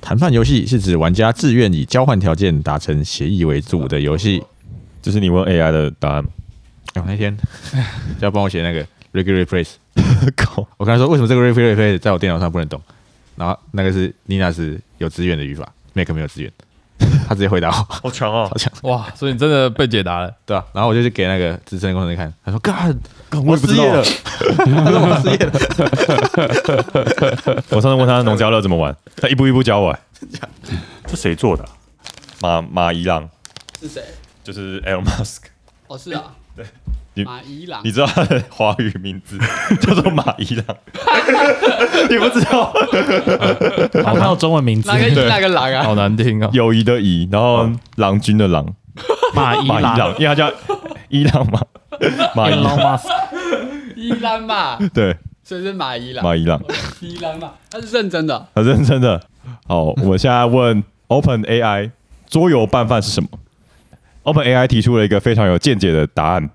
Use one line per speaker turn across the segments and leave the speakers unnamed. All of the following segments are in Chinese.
谈判游戏是指玩家自愿以交换条件达成协议为主的游戏。
这是你问 AI 的答案吗？
哎我那 天要帮我写那个 regular replace，
靠，
我跟他说为什么这个 regular replace 在我电脑上不能动，然后那个是 Nina 是有资源的语法，Mac 没有 资源，他直接回答我，
好强
啊
哦
好！强，
哇，所以你真的被解 答了。
对啊，然后我就去给那个资深工程师看，他说 God，我
也不
失
知道
业了，他说我失业了。
我上次问他农家乐怎么玩，他一步一步教我、欸。
这谁做的
马
啊？
马伊朗
是谁？
就是 Elon Musk，
哦，是啊，
你
马伊朗
你，知道他的华语名字叫做马伊朗，你不知道
他没有中文名字
哪，个哪个狼
哦
啊？
好难听 啊！
友谊的谊，然后郎君的郎，
马伊
马伊朗，
朗
因为他叫伊朗嘛，马伊
，Elon
朗，
Musk，
伊朗嘛，
对，
所以是马伊朗，
马伊朗，
伊朗嘛，他是认真的。
很认 真的。好，我们现在问 Open AI 桌游拌饭是什么？Open AI 提出了一个非常有见解的答案：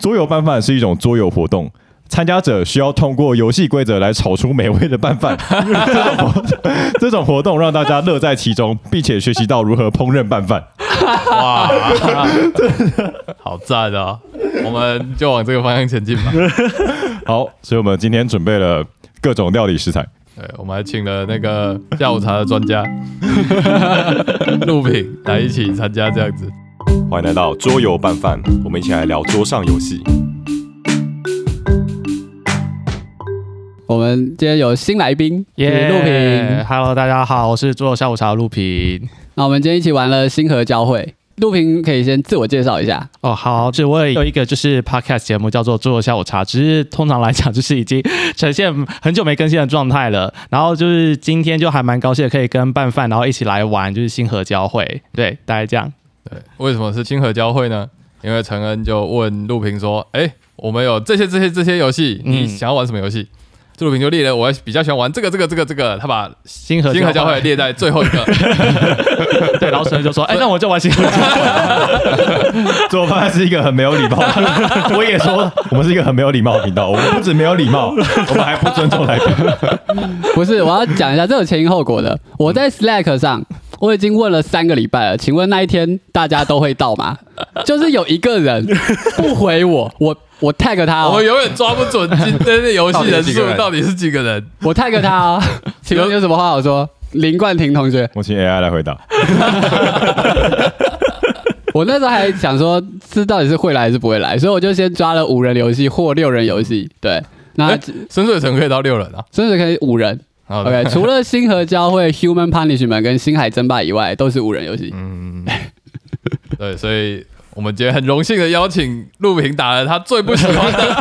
桌游拌饭是一种桌游活动。参加者需要通过游戏规则来炒出美味的拌饭， 这种活这种活动让大家乐在其中，并且学习到如何烹饪拌饭。
哇， 好赞啊！我们就往这个方向前进 吧。
好，所以我们今天准备了各种料理食材。
对，我们还请了那个 下午茶的专家 陆品来一起参加这样子。
欢迎来到桌游拌饭，我们一起来聊桌上游戏。
我们今天有新来宾，
耶，
陆平。
，Hello，大家好，我是做下午茶的陆平。
那我们今天一起玩了星河交汇，陆平可以先自我介绍一下。
哦，好，是我也有一个就是 podcast 节目叫做《做下午茶》，只是通常来讲就是已经呈现很久没更新的状态了。然后就是今天就还蛮高兴的，可以跟拌饭然后一起来玩，就是星河交汇，对，大概这样。
对，为什么是亲和交汇呢？因为陈恩就问陆平说：“哎、我们有这些这些这些游戏，
嗯
你想要玩什么游戏？”陆平就列了我比较喜欢玩这个这个这个这个，他把
星河
亲和交汇列在最后一个。
对，然后陈就说：“哎、那我就玩星河交汇。
做饭是一个很没有礼貌，我也说我们是一个很没有礼貌的频道，我们不止没有礼貌，我们还不尊重来宾。
不是，我要讲一下，这有前因后 果的。我在 Slack 上，我已经问了三个礼拜了，请问那一天大家都会到吗？就是有一个人不回我，我我 tag 他、
我
哦
们，永远抓不准今天的游戏人数到
到
底是几个人。
我 tag 他、哦，请问有什么话好说？林冠廷同学，
我请 AI 来回答。
我那时候还想说，这到底是会来还是不会来，所以我就先抓了五人游戏或六人游戏，对，那
哎深水城可以到六人啊。
真的可以五人。
好的
OK，除了星河交汇、Human Punishment 跟星海争霸以外，都是五人游戏。
嗯，对，所以我们今天很荣幸的邀请陆平打了他最不喜欢的。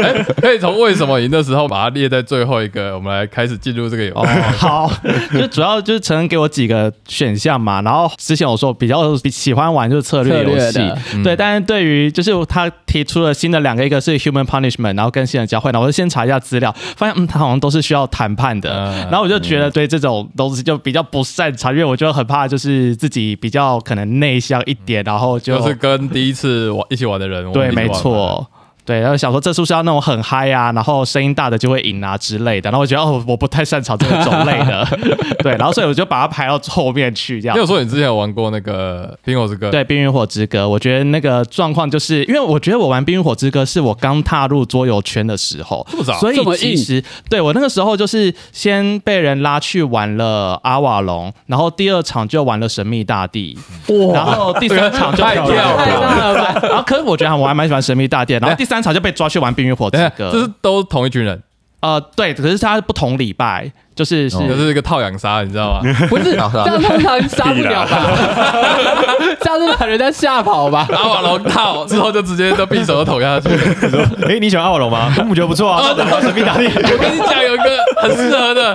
哎可以从为什么赢的时候把它列在最后一个，我们来开始进入这个游”
哦
戏。，
好，就主要就是陈恩给我几个选项嘛，然后之前我说比较喜欢玩就是策略游
策略
戏
的，
对，但是对于就是他提出了新的两个，一个是 human punishment，然后跟新人交换，然后我就先查一下资料，发现嗯，他好像都是需要谈判的，
嗯
然后我就觉得对这种东西就比较不擅长，因为我就很怕就是自己比较可能内向一点，然后就
就是跟第一次玩一起玩的人，我们
对，
一起玩
没错。对，然后想说这是不是要那种很嗨啊，然后声音大的就会赢啊之类的。然后我觉得哦，我不太擅长这个种类的，对，然后所以我就把它排到后面去这样
你有。说你之前有玩过那个哎《冰火之歌》？
对《冰与火之歌》，我觉得那个状况就是，因为我觉得我玩《冰与火之歌》是我刚踏入桌游圈的时候
么早，
所
这么
以其
硬
实对我那个时候就是先被人拉去玩了阿瓦隆，然后第二场就玩了神秘大地，然后第三场就
太
被
跳了
抓
太大了吧！
然后可是我觉得我还蛮喜欢神秘大殿，然后第三场就被抓去玩冰与火之
等一下，
歌，
这是都同一群人，
呃对，可是他不同礼拜，就是是、
就是一个套养杀，你知道吗？
不 是，这样通常杀不了吧？ 这样是把人家吓跑吧？
阿瓦隆套之后就直接都匕首都捅下去。
哎、你喜欢奥龙吗？我觉得不错啊。那神秘大帝，
我跟你讲，有一个很适合的，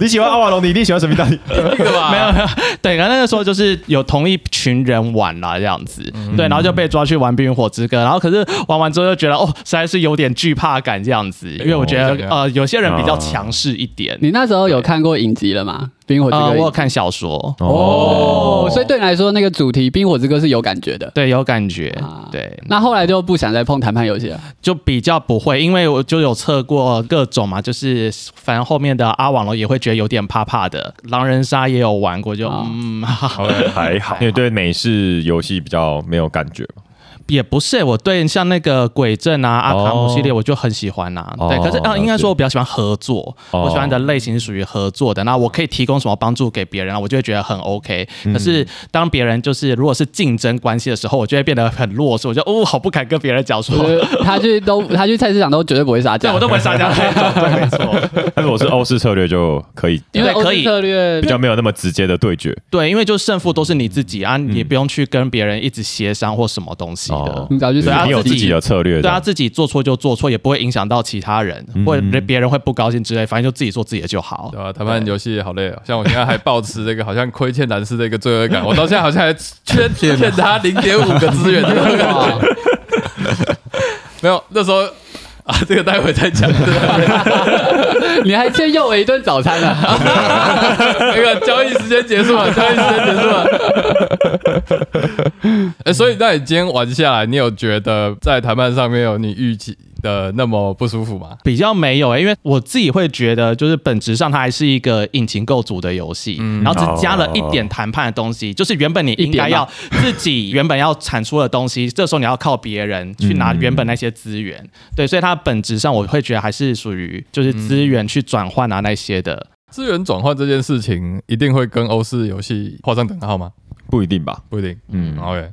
你喜欢奥龙，你一定喜欢神秘大帝。
一定的吧？
没有没有，对，然后那个时候就是有同一群人玩啦，这样子，
嗯
对，然后就被抓去玩《冰与火之歌》，然后可是玩完之后就觉得哦，实在是有点惧怕感这样子，因为我觉得
哦
呃有些人比较强势一点，
你那时时候有看过影集了吗？《冰火之歌》
啊，我
影集
有看小说，
哦，所以对你来说，那个主题《冰火之歌》是有感觉的。
对，有感觉
啊，
对，
那后来就不想再碰谈判游戏了。
就比较不会，因为我就有测过各种嘛，就是反正后面的阿网龙也会觉得有点怕怕的，狼人杀也有玩过，就
啊
嗯，哈哈
还好
因，为对美式游戏比较没有感觉嘛。
也不是、我对像那个鬼阵啊、阿卡姆
哦
系列我就很喜欢呐、
哦
对，可是
了
啊，
解
应该说我比较喜欢合作，
哦嗯
我喜欢的类型是属于合作的，那我可以提供什么帮助给别人啊，我就会觉得很 OK。可是当别人就是如果是竞争关系的时候，我就会变得很弱势，我就哦，好不敢跟别人讲说
我。觉 得他去都他去菜市场都绝对不会杀
对，
价
我，都不会 杀价，对，没错，
但是我是欧式策略就可以
因为
对
欧
可
式
以
策略
比较没有那么直接的对决。
对，因为就胜负都是你自己啊，你也不用去跟别人一直协商或什么东西的
嗯哦，
你早
就
就去
是
对啊
你有
自己
自己的策略这
对
样，
啊，自己做错就做错，也不会影响到其他人，或者别人会不高兴之类，反正就自己做自己的就好
对。吧、谈判游戏好累哦，像我现在还抱持这个好像亏欠男士的一个罪恶感，我到现在好像还欠欠他零点五个资源 的那个
哇
没有，那时候啊，这个待会再讲。 真的
你还欠佑维一顿早餐啊 呢。
嗯
那个交易时间结束了，交易时间结束了。 哎、所以那你今天玩下来，你有觉得在谈判上面有你预期的那么不舒服吗？
比较没有诶、欸因为我自己会觉得，就是本质上它还是一个引擎构筑的游戏，然后只加了一点谈判的东西，就是原本你应该要 自己原本要产出的东西，这时候你要靠别人去拿原本那些资源，对，所以它本质上我会觉得还是属于就是资源去转换啊那些的，
资源转换这件事情一定会跟欧式游戏画上等号吗？
不一定吧。
不一定。
嗯，
OK，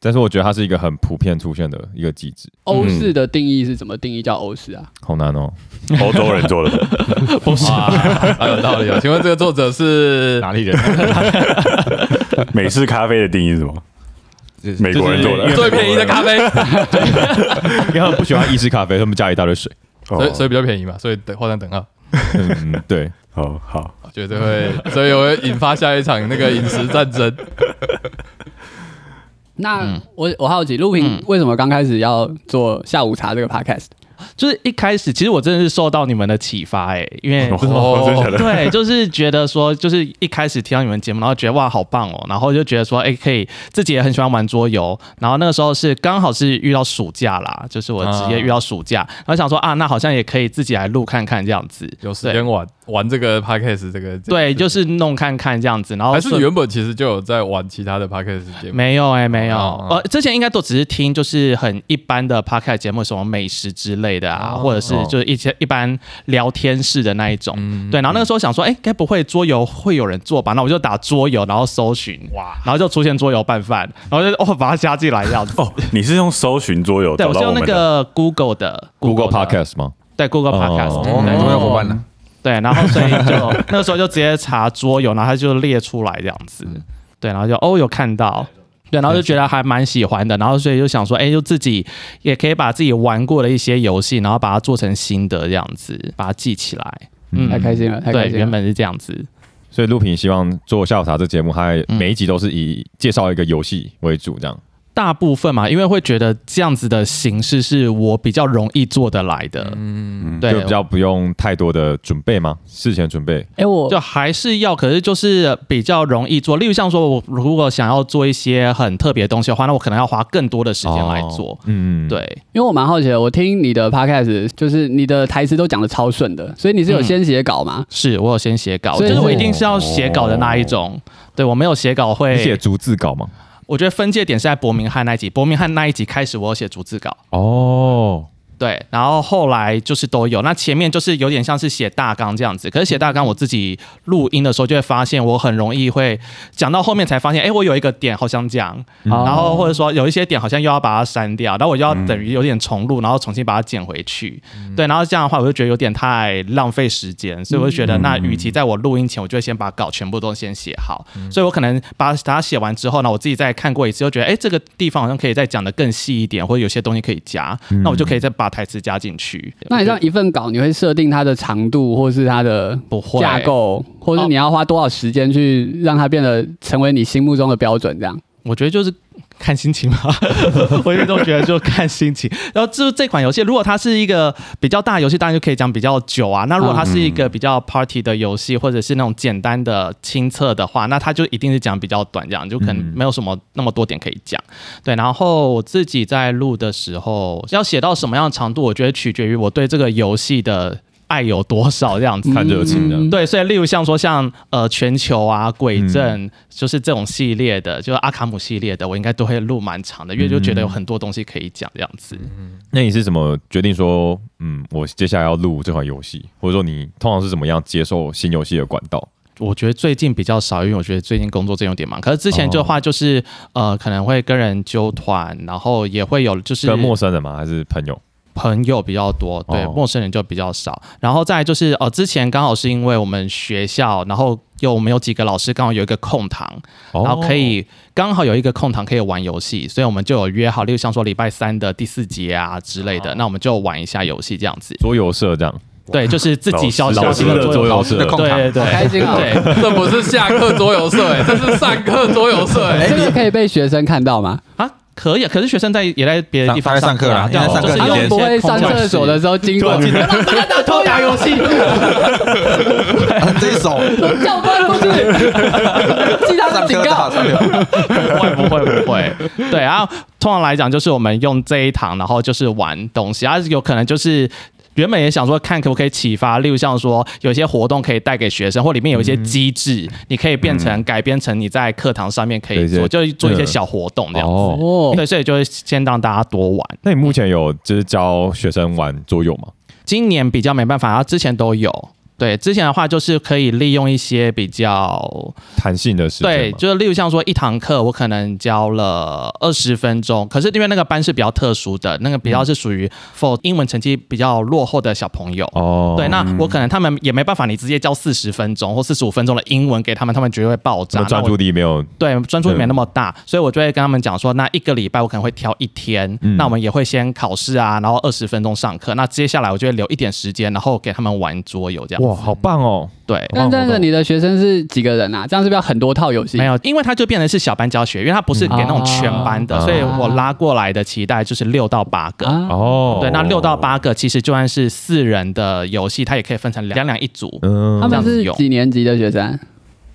但是我觉得它是一个很普遍出现的一个机制，
欧式的定义是怎么定义叫欧式啊？
好难哦。
欧洲人做的，
不是
哇，很有道理啊。请问这个作者是
哪里人？啊
美式咖啡的定义是什么？
就是
美国人做
就是
的，
最便宜的咖啡，
因为他们不喜欢意式咖啡，他们加一大堆水。
所以所
以
以比较便宜嘛，所以等画上等号。
嗯，对，
哦好，
我觉得 会，所以我会引发下一场那个饮食战争。
嗯
那我我好奇，陆平为什么刚开始要做下午茶这个 podcast？
就是一开始，其实我真的是受到你们的启发哎、因为
哦
我真的假
对， 就是觉得说，就是一开始听到你们节目，然后觉得哇好棒哦，然后就觉得说，哎、可以自己也很喜欢玩桌游，然后那个时候是刚好是遇到暑假啦，就是我职
啊
业遇到暑假，然后想说啊，那好像也可以自己来录看看这样子，
有时间玩玩这个 podcast 这个
对，就是弄看看这样子，然后
还是
顺
原本其实就有在玩其他的 podcast 节目，
没有哎、没有，
哦
呃，之前应该都只是听就是很一般的 podcast 节目，什么美食之类的啊，
哦
或者是就是一些一般聊天式的那一种，对。然后那个时候想说，哎、该不会桌游会有人做吧？那我就打桌游，然后搜寻，哇，然后就出现桌游拌饭，然后就哦把它加进来这样子。
哦，你是用搜寻桌游
对，
找
我是
到
用
我
那
们的，
个 Google 的
Google
的
Podcast 吗？
对 Google Podcast，、
哦
对
啊中有伙伴呢？
对，然后所以 就那个时候就直接查桌游，然后他就列出来这样子，对，然后就哦有看到。对，然后就觉得还蛮喜欢的，然后所以就想说，哎，就自己也可以把自己玩过的一些游戏，然后把它做成新的这样子，把它记起来。嗯
太开心了，太
对，
开心
原
了。
本是这样子。
所以陆平希望做下午茶这节目，它每一集都是以介绍一个游戏为主，这样。
大部分嘛，因为会觉得这样子的形式是我比较容易做得来的，嗯，对
就，比较不用太多的准备吗？事前准备
哎，我
就还是要，可是就是比较容易做。例如像说，我如果想要做一些很特别的东西的话，那我可能要花更多的时间来做。
哦嗯，
对，
因为我蛮好奇的，我听你的 podcast，就是你的台词都讲的超顺的，所以你是
嗯
有先写稿吗？
是我有先写稿，
所以
就是
是
我一定是要写稿的那一种。对我没有写稿
哦你写
会，
逐字稿吗？
我觉得分界点是在伯明翰那一集，伯明翰那一集开始我有写逐字稿。
哦，
对，然后后来就是都有，那前面就是有点像是写大纲这样子，可是写大纲我自己录音的时候就会发现，我很容易会讲到后面才发现，哎，我有一个点好想讲，
哦
然后或者说有一些点好像又要把它删掉，然后我就要等于有点重录，然后重新把它剪回去，对，然后这样的话我就觉得有点太浪费时间，所以我就觉得那与其在我录音前，我就会先把稿全部都先写好，所以我可能把它写完之后呢，我自己再看过一次，就觉得哎，这个地方好像可以再讲的更细一点，或者有些东西可以加，那我就可以再把台词加进去。
那你这
我觉
样
得
一份稿，你会设定它的长度，或是它的
不会
架构，或是你要花多少时间去让它变得成为你心目中的标准？这样
我觉得就是看心情吧， 我一直都觉得就看心情。然后就这款游戏，如果它是一个比较大的游戏，当然就可以讲比较久啊。那如果它是一个比较 party 的游戏，或者是那种简单的亲测的话，那它就一定是讲比较短，这样就
嗯
可能没有什么那么多点可以讲。对，然后我自己在录的时候，要写到什么样的长度，我觉得取决于我对这个游戏的爱有多少这样子。
看热情的。
对，所以例如像说像呃全球啊、鬼
嗯
阵，就是这种系列的，就是阿卡姆系列的，我应该都会录蛮长的，因为就觉
嗯
得有很多东西可以讲这样子。
那你是怎么决定说，嗯，我接下来要录这款游戏，或者说你通常是怎么样接受新游戏的管道？
我觉得最近比较少，因为我觉得最近工作真有点忙。可是之前的
哦
话就是、呃可能会跟人揪团，然后也会有就是
跟陌生人吗？还是朋友？
朋友比较多，对，
哦
陌生人就比较少。然后再来就是哦、呃之前刚好是因为我们学校，然后有我们有几个老师刚好有一个空堂，
哦
然后可以刚好有一个空堂可以玩游戏，所以我们就有约好，例如像说礼拜三的第四节啊之类
哦
的，那我们就玩一下游戏这样子。
桌游社这样，
对，就是自己小小
老
型
师
的
的
桌
桌
游
游
的
社
空
对对
堂，
对，
好开心啊
对，
这不是下课桌游社、欸，这是上课桌游社、
哦
欸。
这个可以被学生看到吗？
啊，可以啊，可是学生在也在别的地方
他在上课
课啊
啦，他在上
就
课
是
他
有
们
些
不会上厕所的时候经过，老师在那偷打游戏，
这一首
教官过去，记他的警告。
不会不会不会，对然后通常来讲，就是我们用这一堂，然后就是玩东西，啊，有可能就是。原本也想说看可不可以启发，例如像说有一些活动可以带给学生，或里面有一些机制，你可以变成、改编成你在课堂上面可以
对
做，
对
就是做一些小活动这样子。
哦
哦，
对，所以就会先让大家多玩。
那你目前有就是教学生玩桌游吗？
今年比较没办法，然后之前都有。对，之前的话就是可以利用一些比较
弹性的时
对，
间吗？
就是例如像说一堂课，我可能教了二十分钟，可是因为那个班是比较特殊的，那个比较是属于 for 英文成绩比较落后的小朋友。
嗯哦，
对，那我可能他们也没办法，你直接教四十分钟或四十五分钟的英文给他们，他们绝对会爆
什
炸。
么专
那我
注力没有？
对，专注力没那么大，所以我就会跟他们讲说，那一个礼拜我可能会挑一天，
嗯
那我们也会先考试啊，然后二十分钟上课，那接下来我就会留一点时间，然后给他们玩桌游这样。
哇，好棒哦！
对，
那这样子，你的学生是几个人啊？这样是不是要很多套游戏？
没有，因为它就变成是小班教学，因为它不是给那种全班的，
嗯
所以我拉过来的期待就是六到八个。
啊，
哦，
嗯对，那六到八个其实就算是四人的游戏，它也可以分成两两一组，
嗯，
他们
这样子
是
用
几年级的学生？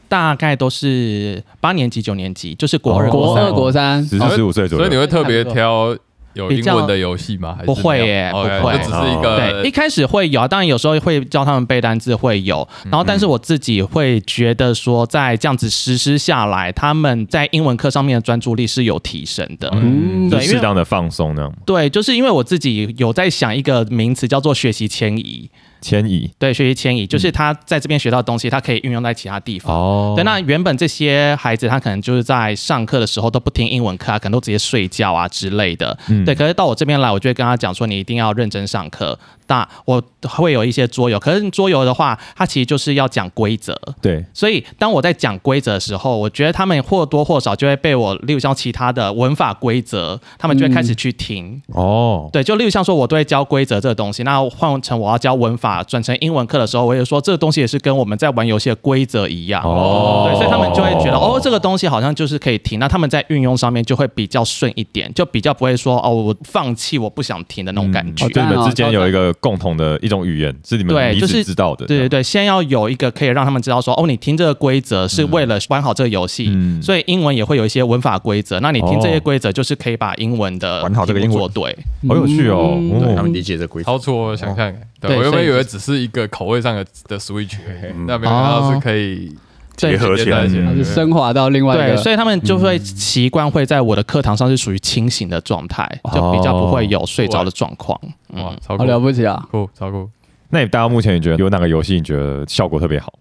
大
大概都是八年级、九年级，就是国二、
哦
国
三
二、国三，
十四十五岁左
所以你
右。
会特别挑有英文的游戏吗？还是
不会耶
没有，OK，
不会
哦
就哦只是一
对，
个
一开始会有啊，当然有时候会教他们背单字会有，然后但是我自己会觉得说，在这样子实施下来，他们在英文课上面的专注力是有提升的。
嗯，
就
对因为
适当的放松呢，
对，就是因为我自己有在想一个名词叫做学习迁移，
迁移
对，学习迁移就是他在这边学到的东西，他可以运用在其他地方。
哦
对，那原本这些孩子他可能就是在上课的时候都不听英文课啊，可能都直接睡觉啊之类的。对，可是到我这边来，我就会跟他讲说，你一定要认真上课。那我会有一些桌游，可是桌游的话，它其实就是要讲规则。
对
所以当我在讲规则的时候，我觉得他们或多或少就会被我，例如像其他的文法规则，他们就会开始去听。
哦，
对，就例如像说，我都会教规则这个东西，那换成我要教文法，转成英文课的时候，我也说这个东西也是跟我们在玩游戏的规则一样。
哦
对，所以他们就会觉得，哦，这个东西好像就是可以停，那他们在运用上面就会比较顺一点，就比较不会说，哦，我放弃，我不想停的那种感觉。
哦
啊
就
对
嗯你们之间有一个共同的一种语言，是你们
对
彼
就
此
是
知道的。
对对对，先要有一个可以让他们知道说，哦，你听这个规则是为了玩好这个游戏，
嗯
所以英文也会有一些文法规则。那你听这些
哦
规则，就是可以把英文的
玩好这个
题目
英文
做对。
好有趣哦
嗯
对
他们理解这规则
超出我想象欸。
哦对
对我原本
所以
以为只是一个口味上的的 Switch，欸那没有想到是可以
嗯结合起来
连在一。起的
它是
对
升华到另外一
哦嗯对，
个。
所以他们就会习惯会在我的课堂上是属于清醒的状态，
哦
就比较不会有睡着的状况。
哇，超
好了
酷，
不起啊！
酷，超酷。
那你大家目前你觉得有哪个游戏你觉得效果特别好？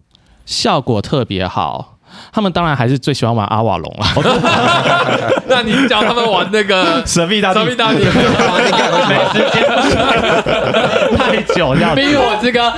效果特别好。他们当然还是最喜欢玩阿瓦隆 了，
那你教他们玩那个
神秘大
神秘大帝，
太久 这样子。
冰与火之歌，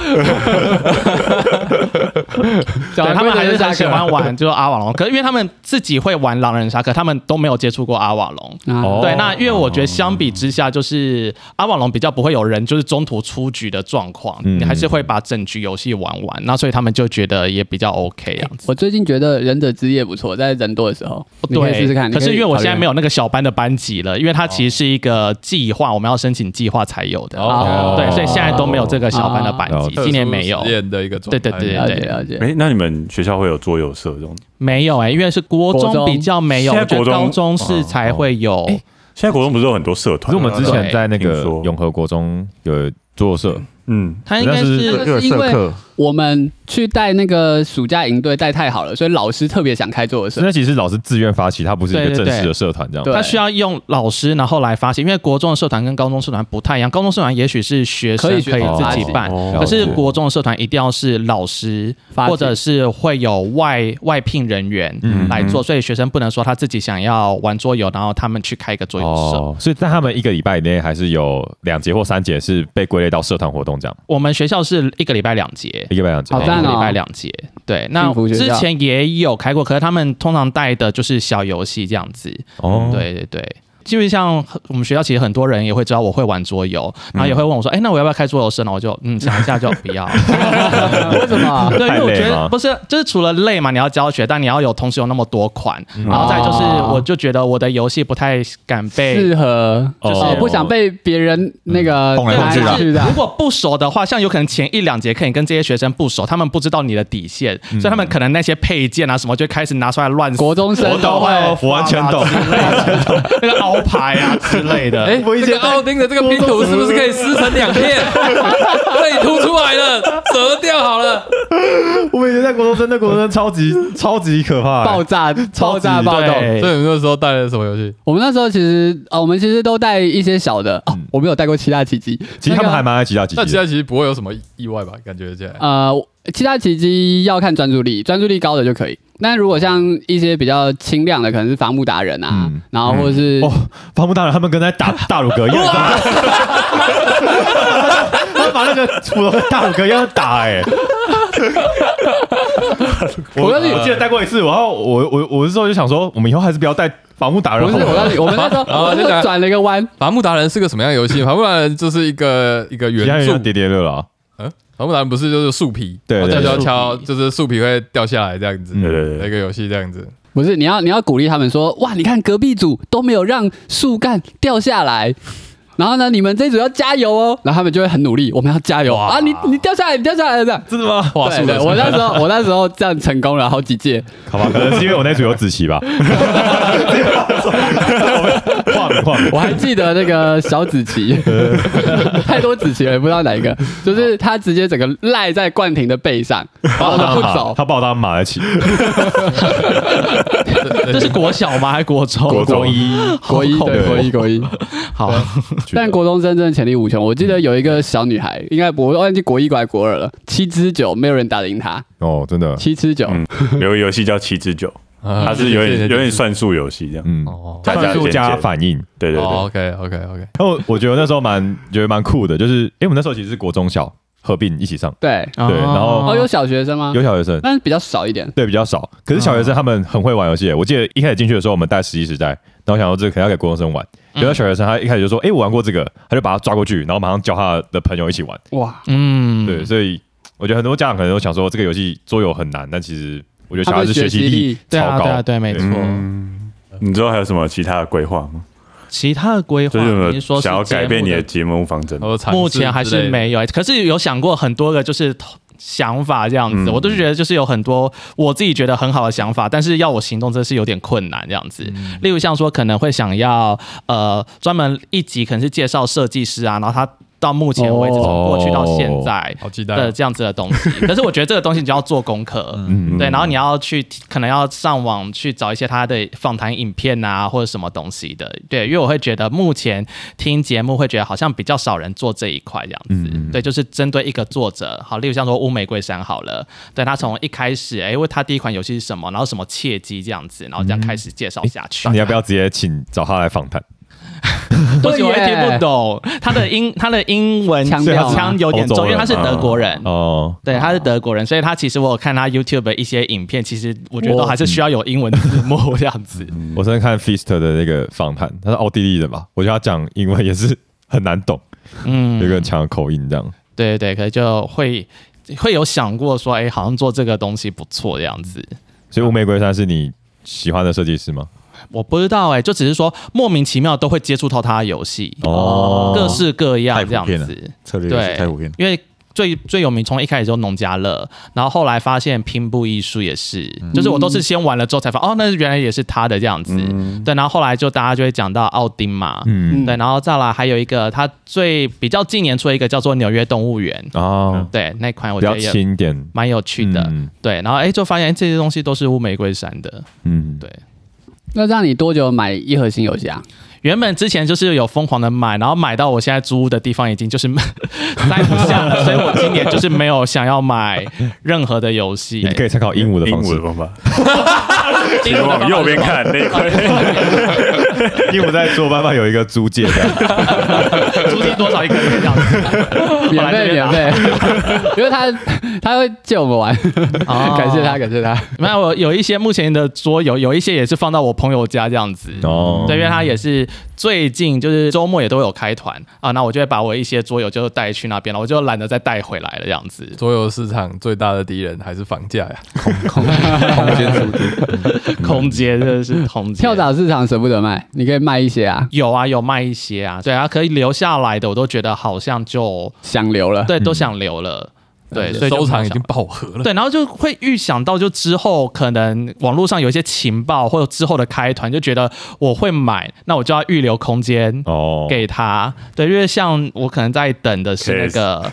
小
对，
孩
他们还是很喜
欢
欢玩就是阿瓦隆，可是因为他们自己会玩狼人杀，可他们都没有接触过阿瓦隆。
啊
哦
对，那因为我觉得相比之下，就是阿瓦隆比较不会有人就是中途出局的状况，
嗯
你还是会把整局游戏玩完，那所以他们就觉得也比较 OK 啊这样子。
我最近觉得个忍者之夜不错，在人多的时候，你可以啊试试看。
哦可是因为我现在没
有，
有那个小班的班级了，
哦
因为它其实是一个计划，我们要申请计划才有的。
哦
对，所以现在都没有这个小班的班
哦
级，今年没有
特殊。实验的一个状态
对对对
了解了解。
哎，那你们学校会有桌游社这种？
没有哎、因为是国
国
中
中
比较没有，
现
我
在
觉得
国中
高中是才会有。
现在国中不是有很多社
可
团？
是我们之前在那
听
个
说
永和国中有做社，
嗯，
他应该
那
是
是
热
因
社
为
课
我们去带那个暑假营队带太好了，所以老师特别想开做的事。
那其实老师自愿发起，它不是一个正式的社团这样。
对
他需要用老师，然后来发起，因为国中的社团跟高中社团不太一样。高中社团也许是学生
可
可以
以学生
自己办，
哦
可是
了解
国中的社团一定要是老师
发起
或者是会有外外聘人员
嗯
来做，所以学生不能说他自己想要玩桌游，然后他们去开一个桌游社。
哦，所以在他们一个礼拜内还是有两节或三节是被归类到社团活动这样，
我们学校是一个礼拜两节，
一个礼拜两节。
好赞哦
一个礼拜两节。对，那
幸福学
之
校
前也有开过，可是他们通常带的就是小游戏这样子。
哦，
对对对。基本上，我们学校其实很多人也会知道我会玩桌游，然后也会问我说：“哎、那我要不要开桌游社呢？”我就嗯想一下就不要，
为什么？ 啊
对，因为我觉
太累
得
吗
不是，就是除了累嘛，你要教学，但你要有同时有那么多款，
嗯
然后再就是，
啊
我就觉得我的游戏不太敢被。
适合
就是
哦，不想被别人那个
碰来碰
拿
去
啊
的
去的
如。果不熟的话，像有可能前一两节课你跟这些学生不熟，他们不知道你的底线，
嗯
所以他们可能那些配件啊什么就开始拿出来乱
国中生
我
都会
我完全懂
之类 的，那个凹牌啊之类的。
哎，这个奥丁的这个拼图是不是可以撕成两片？ 这里凸出来了，折掉好了。
我以前在国中真的国中真的超 级超级可怕欸
爆炸爆炸
级
暴动。
对
所以你们那时候带了什么游戏？
我们那时候其实啊，我们其实都带一些小的，哦我们有带过七大奇迹。
其实他们还蛮爱其他几
那其
节
他其实不会有什么意外吧？感觉起来，
呃，七大奇迹要看专注力，专注力高的就可以。但如果像一些比较轻量的，可能是伐木达人啊，
嗯
然后或者是、
哦，防不大人他们跟在打大鲁格一样，你知道吗他把那个斧头跟大鲁格一样打哎。我
我告诉你
我记得带过一次，然后我我我那时候就想说，我们以后还是不要带防木打人
不
好
是，
了。
我告诉你，我们那时候
好
我们
就
那时
讲
候转了一个弯，
伐木达人是个什么样的游 戏？伐木达人就是一个一个
其他
圆
人
柱
像，叠叠乐了啊，
伐木达人不是就是树皮，
对
然后敲
对
敲敲，
对树皮
就是树皮会掉下来这样子，
嗯
对对
那
对，
个游戏这样子。
不是你要你要鼓励他们说，哇，你看隔壁组都没有让树干掉下来。然后呢，你们这组要加油哦，然后他们就会很努力，我们要加油啊！你你掉下来，你掉下来了这 样。
真的吗？
话术
对
的
对，我那时候我那时候这样成功了好几届，
好吧，可能是因为我那组有子 琪吧。画面画面
我还记得那个小子琪， 太多子琪了，也不知道哪一个，就是他直接整个赖在冠廷的背上，然后都不走。
他把我当马来奇，
这是国小吗？还是国中？
国中一
国一
好恐
对
怖
国一国一，
好，
但国中生真的潜力无穷。我记得有一个小女孩，应该我忘记国一过还国二了，七支酒没有人打得赢她，
哦，真的，
七支酒。
嗯有个游戏叫七之九，
啊
它是有点
谢谢
有点算术游戏这样。
嗯，
哦，
加
战术
减
加
减
反应，
对对对，
OK OK OK，
然后我觉得那时候蛮觉得蛮酷的，就是因为我们那时候其实是国中小合并一起上，
对，
对然后
哦，有小学生吗？
有小学生，
但是比较少一点。
对比较少，可是小学生他们很会玩游戏耶。我记得一开始进去的时候，我们带实际时代，然后想说这个可能要给国中生玩，有的小学生他一开始就说：“哎，我玩过这个。”他就把他抓过去，然后马上叫他的朋友一起玩。
哇，
嗯，
对，所以我觉得很多家长可能都想说这个游戏桌游很难，但其实我觉得小
他
孩
们
子学
学
习
习
力
力
对
超
啊，对啊，
高，嗯
对，没错。
你之后还有什么其他的规划吗？
其他的规划，
就是有
你
没
是说
有
是
想要改变你
节目
的节目方针
然？后尝试
目前还
之类
是
的
没有、欸，可是有想过很多个就是想法这样子，
嗯
我都是觉得就是有很多我自己觉得很好的想法，但是要我行动真是有点困难这样子。
嗯
例如像说可能会想要呃专门一集可能是介绍设计师啊，然后他到目前为止
哦
从过去到现在。
好期待
的
哦。
这样子的东西， 可是我觉得这个东西你就要做功课，
嗯
对，然后你要去可能要上网去找一些他的访谈影片啊，或者什么东西的，对，因为我会觉得目前听节目会觉得好像比较少人做这一块这样子，
嗯嗯
对，就是针对一个作者，好，例如像说乌玫瑰山好了，对他从一开始，哎、因为他第一款游戏是什么，然后什么契机这样子，然后这样开始介绍下去。
那哎你要不要直接请找他来访谈？
不行，我
对
会
耶
听 不懂他的英他的英文
腔调啊吗
腔有点
欧洲
重，因
人
为他是德国人。
哦，
对，他是德国人，所以他其实我有看他 YouTube 的一些影片，其实我觉得都还是需要有英文字幕这样子。
我昨天看 Feast 的那个访谈，他是奥地利人嘛，我觉得他讲英文也是很难懂，
嗯，
有一个很强的口音这样。
对对对，可能就会会有想过说，哎，好像做这个东西不错这样子。
所以乌玫瑰山是你喜欢的设计师吗？
我不知道哎、就只是说莫名其妙都会接触到他的游戏，
哦
各式各样这样
太普
子。
策略游戏
对
太普遍，，
因为最最有名，从一开始就农家乐，然后后来发现拼布艺术也是，
嗯
就是我都是先玩了之后才发哦，那原来也是他的这样子。
嗯
嗯
对，然后后来就大家就会讲到奥丁嘛，
嗯
嗯
对，然后再来还有一个他最比较近年出了一个叫做《纽约动物园》，
哦，
对，那嗯款我
比
觉
较
得也
轻一点，
蛮有趣的。
嗯
对，然后哎，就发现诶这些东西都是乌玫瑰山的。
嗯，
对，
那让你多久买一盒新游戏啊？
原本之前就是有疯狂的买，然后买到我现在租屋的地方已经就是 塞不下了，所以我今年就是没有想要买任何的游戏
你。可以参考鹦鹉的
鹦
方
鹉的
式，
方法，请往右边看那一块，
鹦鹉在做办法有一个租借的，
租金多少一个月这样子？
免
哦来
费
这边
免
拿
费， 因为他他会借我们玩，
哦
感谢他感谢他。
没有，我有一些目前的桌游，有一些也是放到我朋友家这样子。
哦，
对，因为他也是最近就是周末也都有开团啊，那我就会把我一些桌游就带去那边了，我就懒得再带回来了这样子。
桌游市场最大的敌人还是房价呀，
空间速度，
空姐真的是空姐，
跳蚤市场舍不得卖，你可以卖一些啊，
有啊，有卖一些啊，对啊，可以留下来的，我都觉得好像就
想留了。
对都想留了，
嗯
对，所以就
收藏
不
已
想
经饱和了。
对，然后就会预想到，就之后可能网络上有一些情报，或者之后的开团，就觉得我会买，那我就要预留空间
哦，
给他。对，因为像我可能在等的是那个。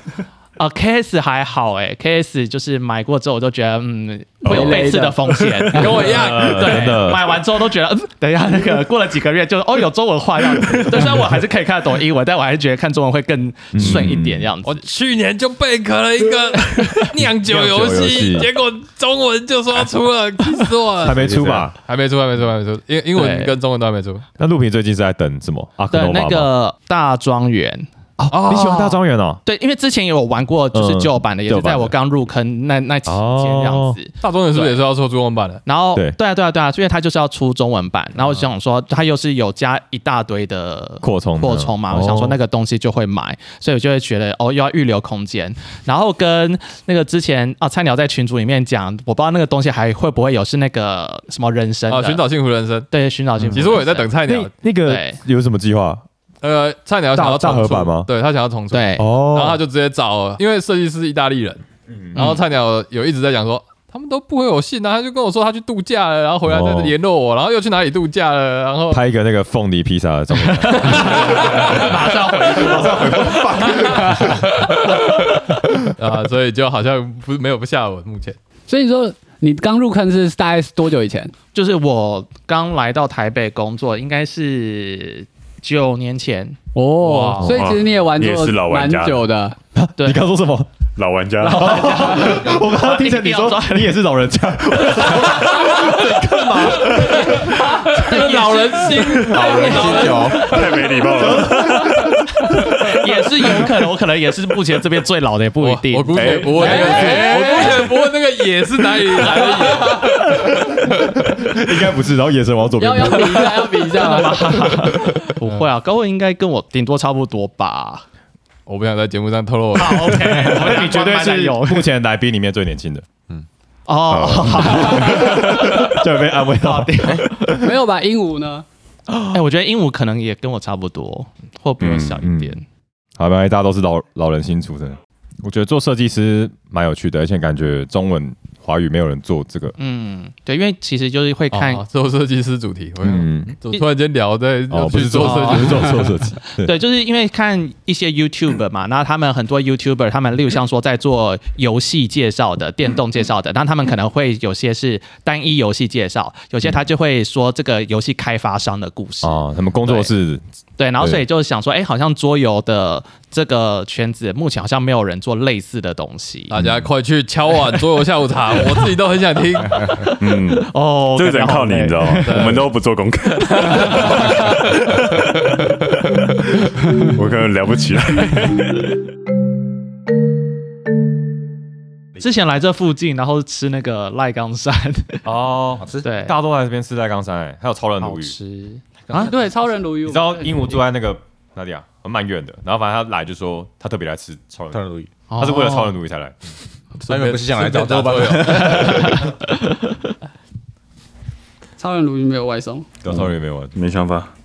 啊、k s 还好哎、k s 就是买过之后，我都觉得嗯会有类似的风险，
跟我一样
呃真
对，
的
买完之后都觉得，嗯，等一下那个过了几个月就哦有中文化样子，对，虽然我还是可以看得懂英文，但我还是觉得看中文会更顺一
嗯
点这样子
我。去年就贝壳了一 个酿酒
酿
游
酒游
戏，
戏
结果中文就说要出了，气死我
还
了！
没出吧？
还没出，还没出，还没出，英英文
对
跟中文都还没出。
那陆平最近是在等什么？阿克
对，
诺
那啊
瓦吗？
个大庄园，
哦，你喜欢大庄园哦？
对，因为之前有玩过，就是旧版的，
嗯
也是
旧版
在
的哦
我刚入坑那那期间这样子。
大中文是不是也是要出中文版的？
然后
对啊
对啊对啊对啊，因为它就是要出中文版，然后我就想说它又是有加一大堆的
扩充的
扩充嘛，
哦
我想说那个东西就会买，所以我就会觉得哦又要预留空间，然后跟那个之前啊菜鸟在群组里面讲，我不知道那个东西还会不会有是那个什么人生
啊，寻找幸福人生。
对寻找
嗯
幸福
其
人生，
实我也在等菜鸟
那，那个
对
有什么计划？
呃，菜鸟想
大
要重
大合
出
版吗
对他想要重出，
对啊
哦，
然后他就直接找，因为设计师是意大利人，然后菜鸟有一直在讲说。他们都不会有信啊！他就跟我说他去度假了，然后回来再
哦
联络我，然后又去哪里度假了，然后
拍一个那个凤梨披萨的照片，
马上回复，马上回复，
啊，所以就好像不没有不下文。目前
所以说你刚入坑是大概是多久以前？
就是我刚来到台北工作，应该是九年前，
哦，
哇
所以其实你也玩
你也是老
过蛮
玩家
久的，
对
你刚说什么？
老玩家，
我刚刚听成你说你也是老人家，
老人心，老人心
有
太没礼貌了。
也是有可能，我可能也是目前这边最老的，也不一定。
我姑
哎
且不问那个，我姑且不问那个也是哪里来的野，
应该不是。然后眼神往左边
要，要比一下，要比 一下吗？
不会啊，高文应该跟我顶多差不多吧。
我不想在节目上透露我。
啊 OK，我
你绝对是目前来宾里面最年 轻的，
哦，
就有被安慰到。
没有吧？鹦鹉呢？
哎，我觉得鹦鹉可能也跟我差不多，或比我小一点。
好，吧，大家都是老老人心出身。我觉得做设计师蛮有趣的，而且感觉中文华语没有人做这个。
嗯，对，因为其实就是会看
哦，做设计师主题，我想
嗯，
怎么突然间聊在
哦，不
去
是
做
做
设
设计，
计
不是做做设计，对，
对，就是因为看一些 YouTuber 嘛，那他们很多 YouTuber，他们例如像说在做游戏介绍的、电动介 绍的，那他们可能会有些是单一游戏介绍，有些他就会说这个游戏开发商的故事。
哦，他们工作室
对，然后
对
所以就想说，哎，好像桌游的这个圈子目前好像没有人做类似的东西。
啊
大家快去敲 碗桌游下午茶，我自己都很想听。
嗯，
哦，
这个只能靠你，你知道吗？我们都不做功课，我可能聊不起来。
之前来这附近，然后吃那个赖冈山，
哦，是
对
大家都在这边吃在冈山，哎还有超人鲈
好
鱼。
吃
啊，对，超人鲈鱼，
你知道鹦鹉住在那个哪里啊？蛮远的，然后反正他来就说他特别来吃超人
特
鲈鱼，
鲁伊，
哦
他是为了超人鲈鱼才来。
他们不是想来找
顺
豆
便
瓣
顺便打桌游
超人鲁豫没有外送，
高超人没玩，
没想法。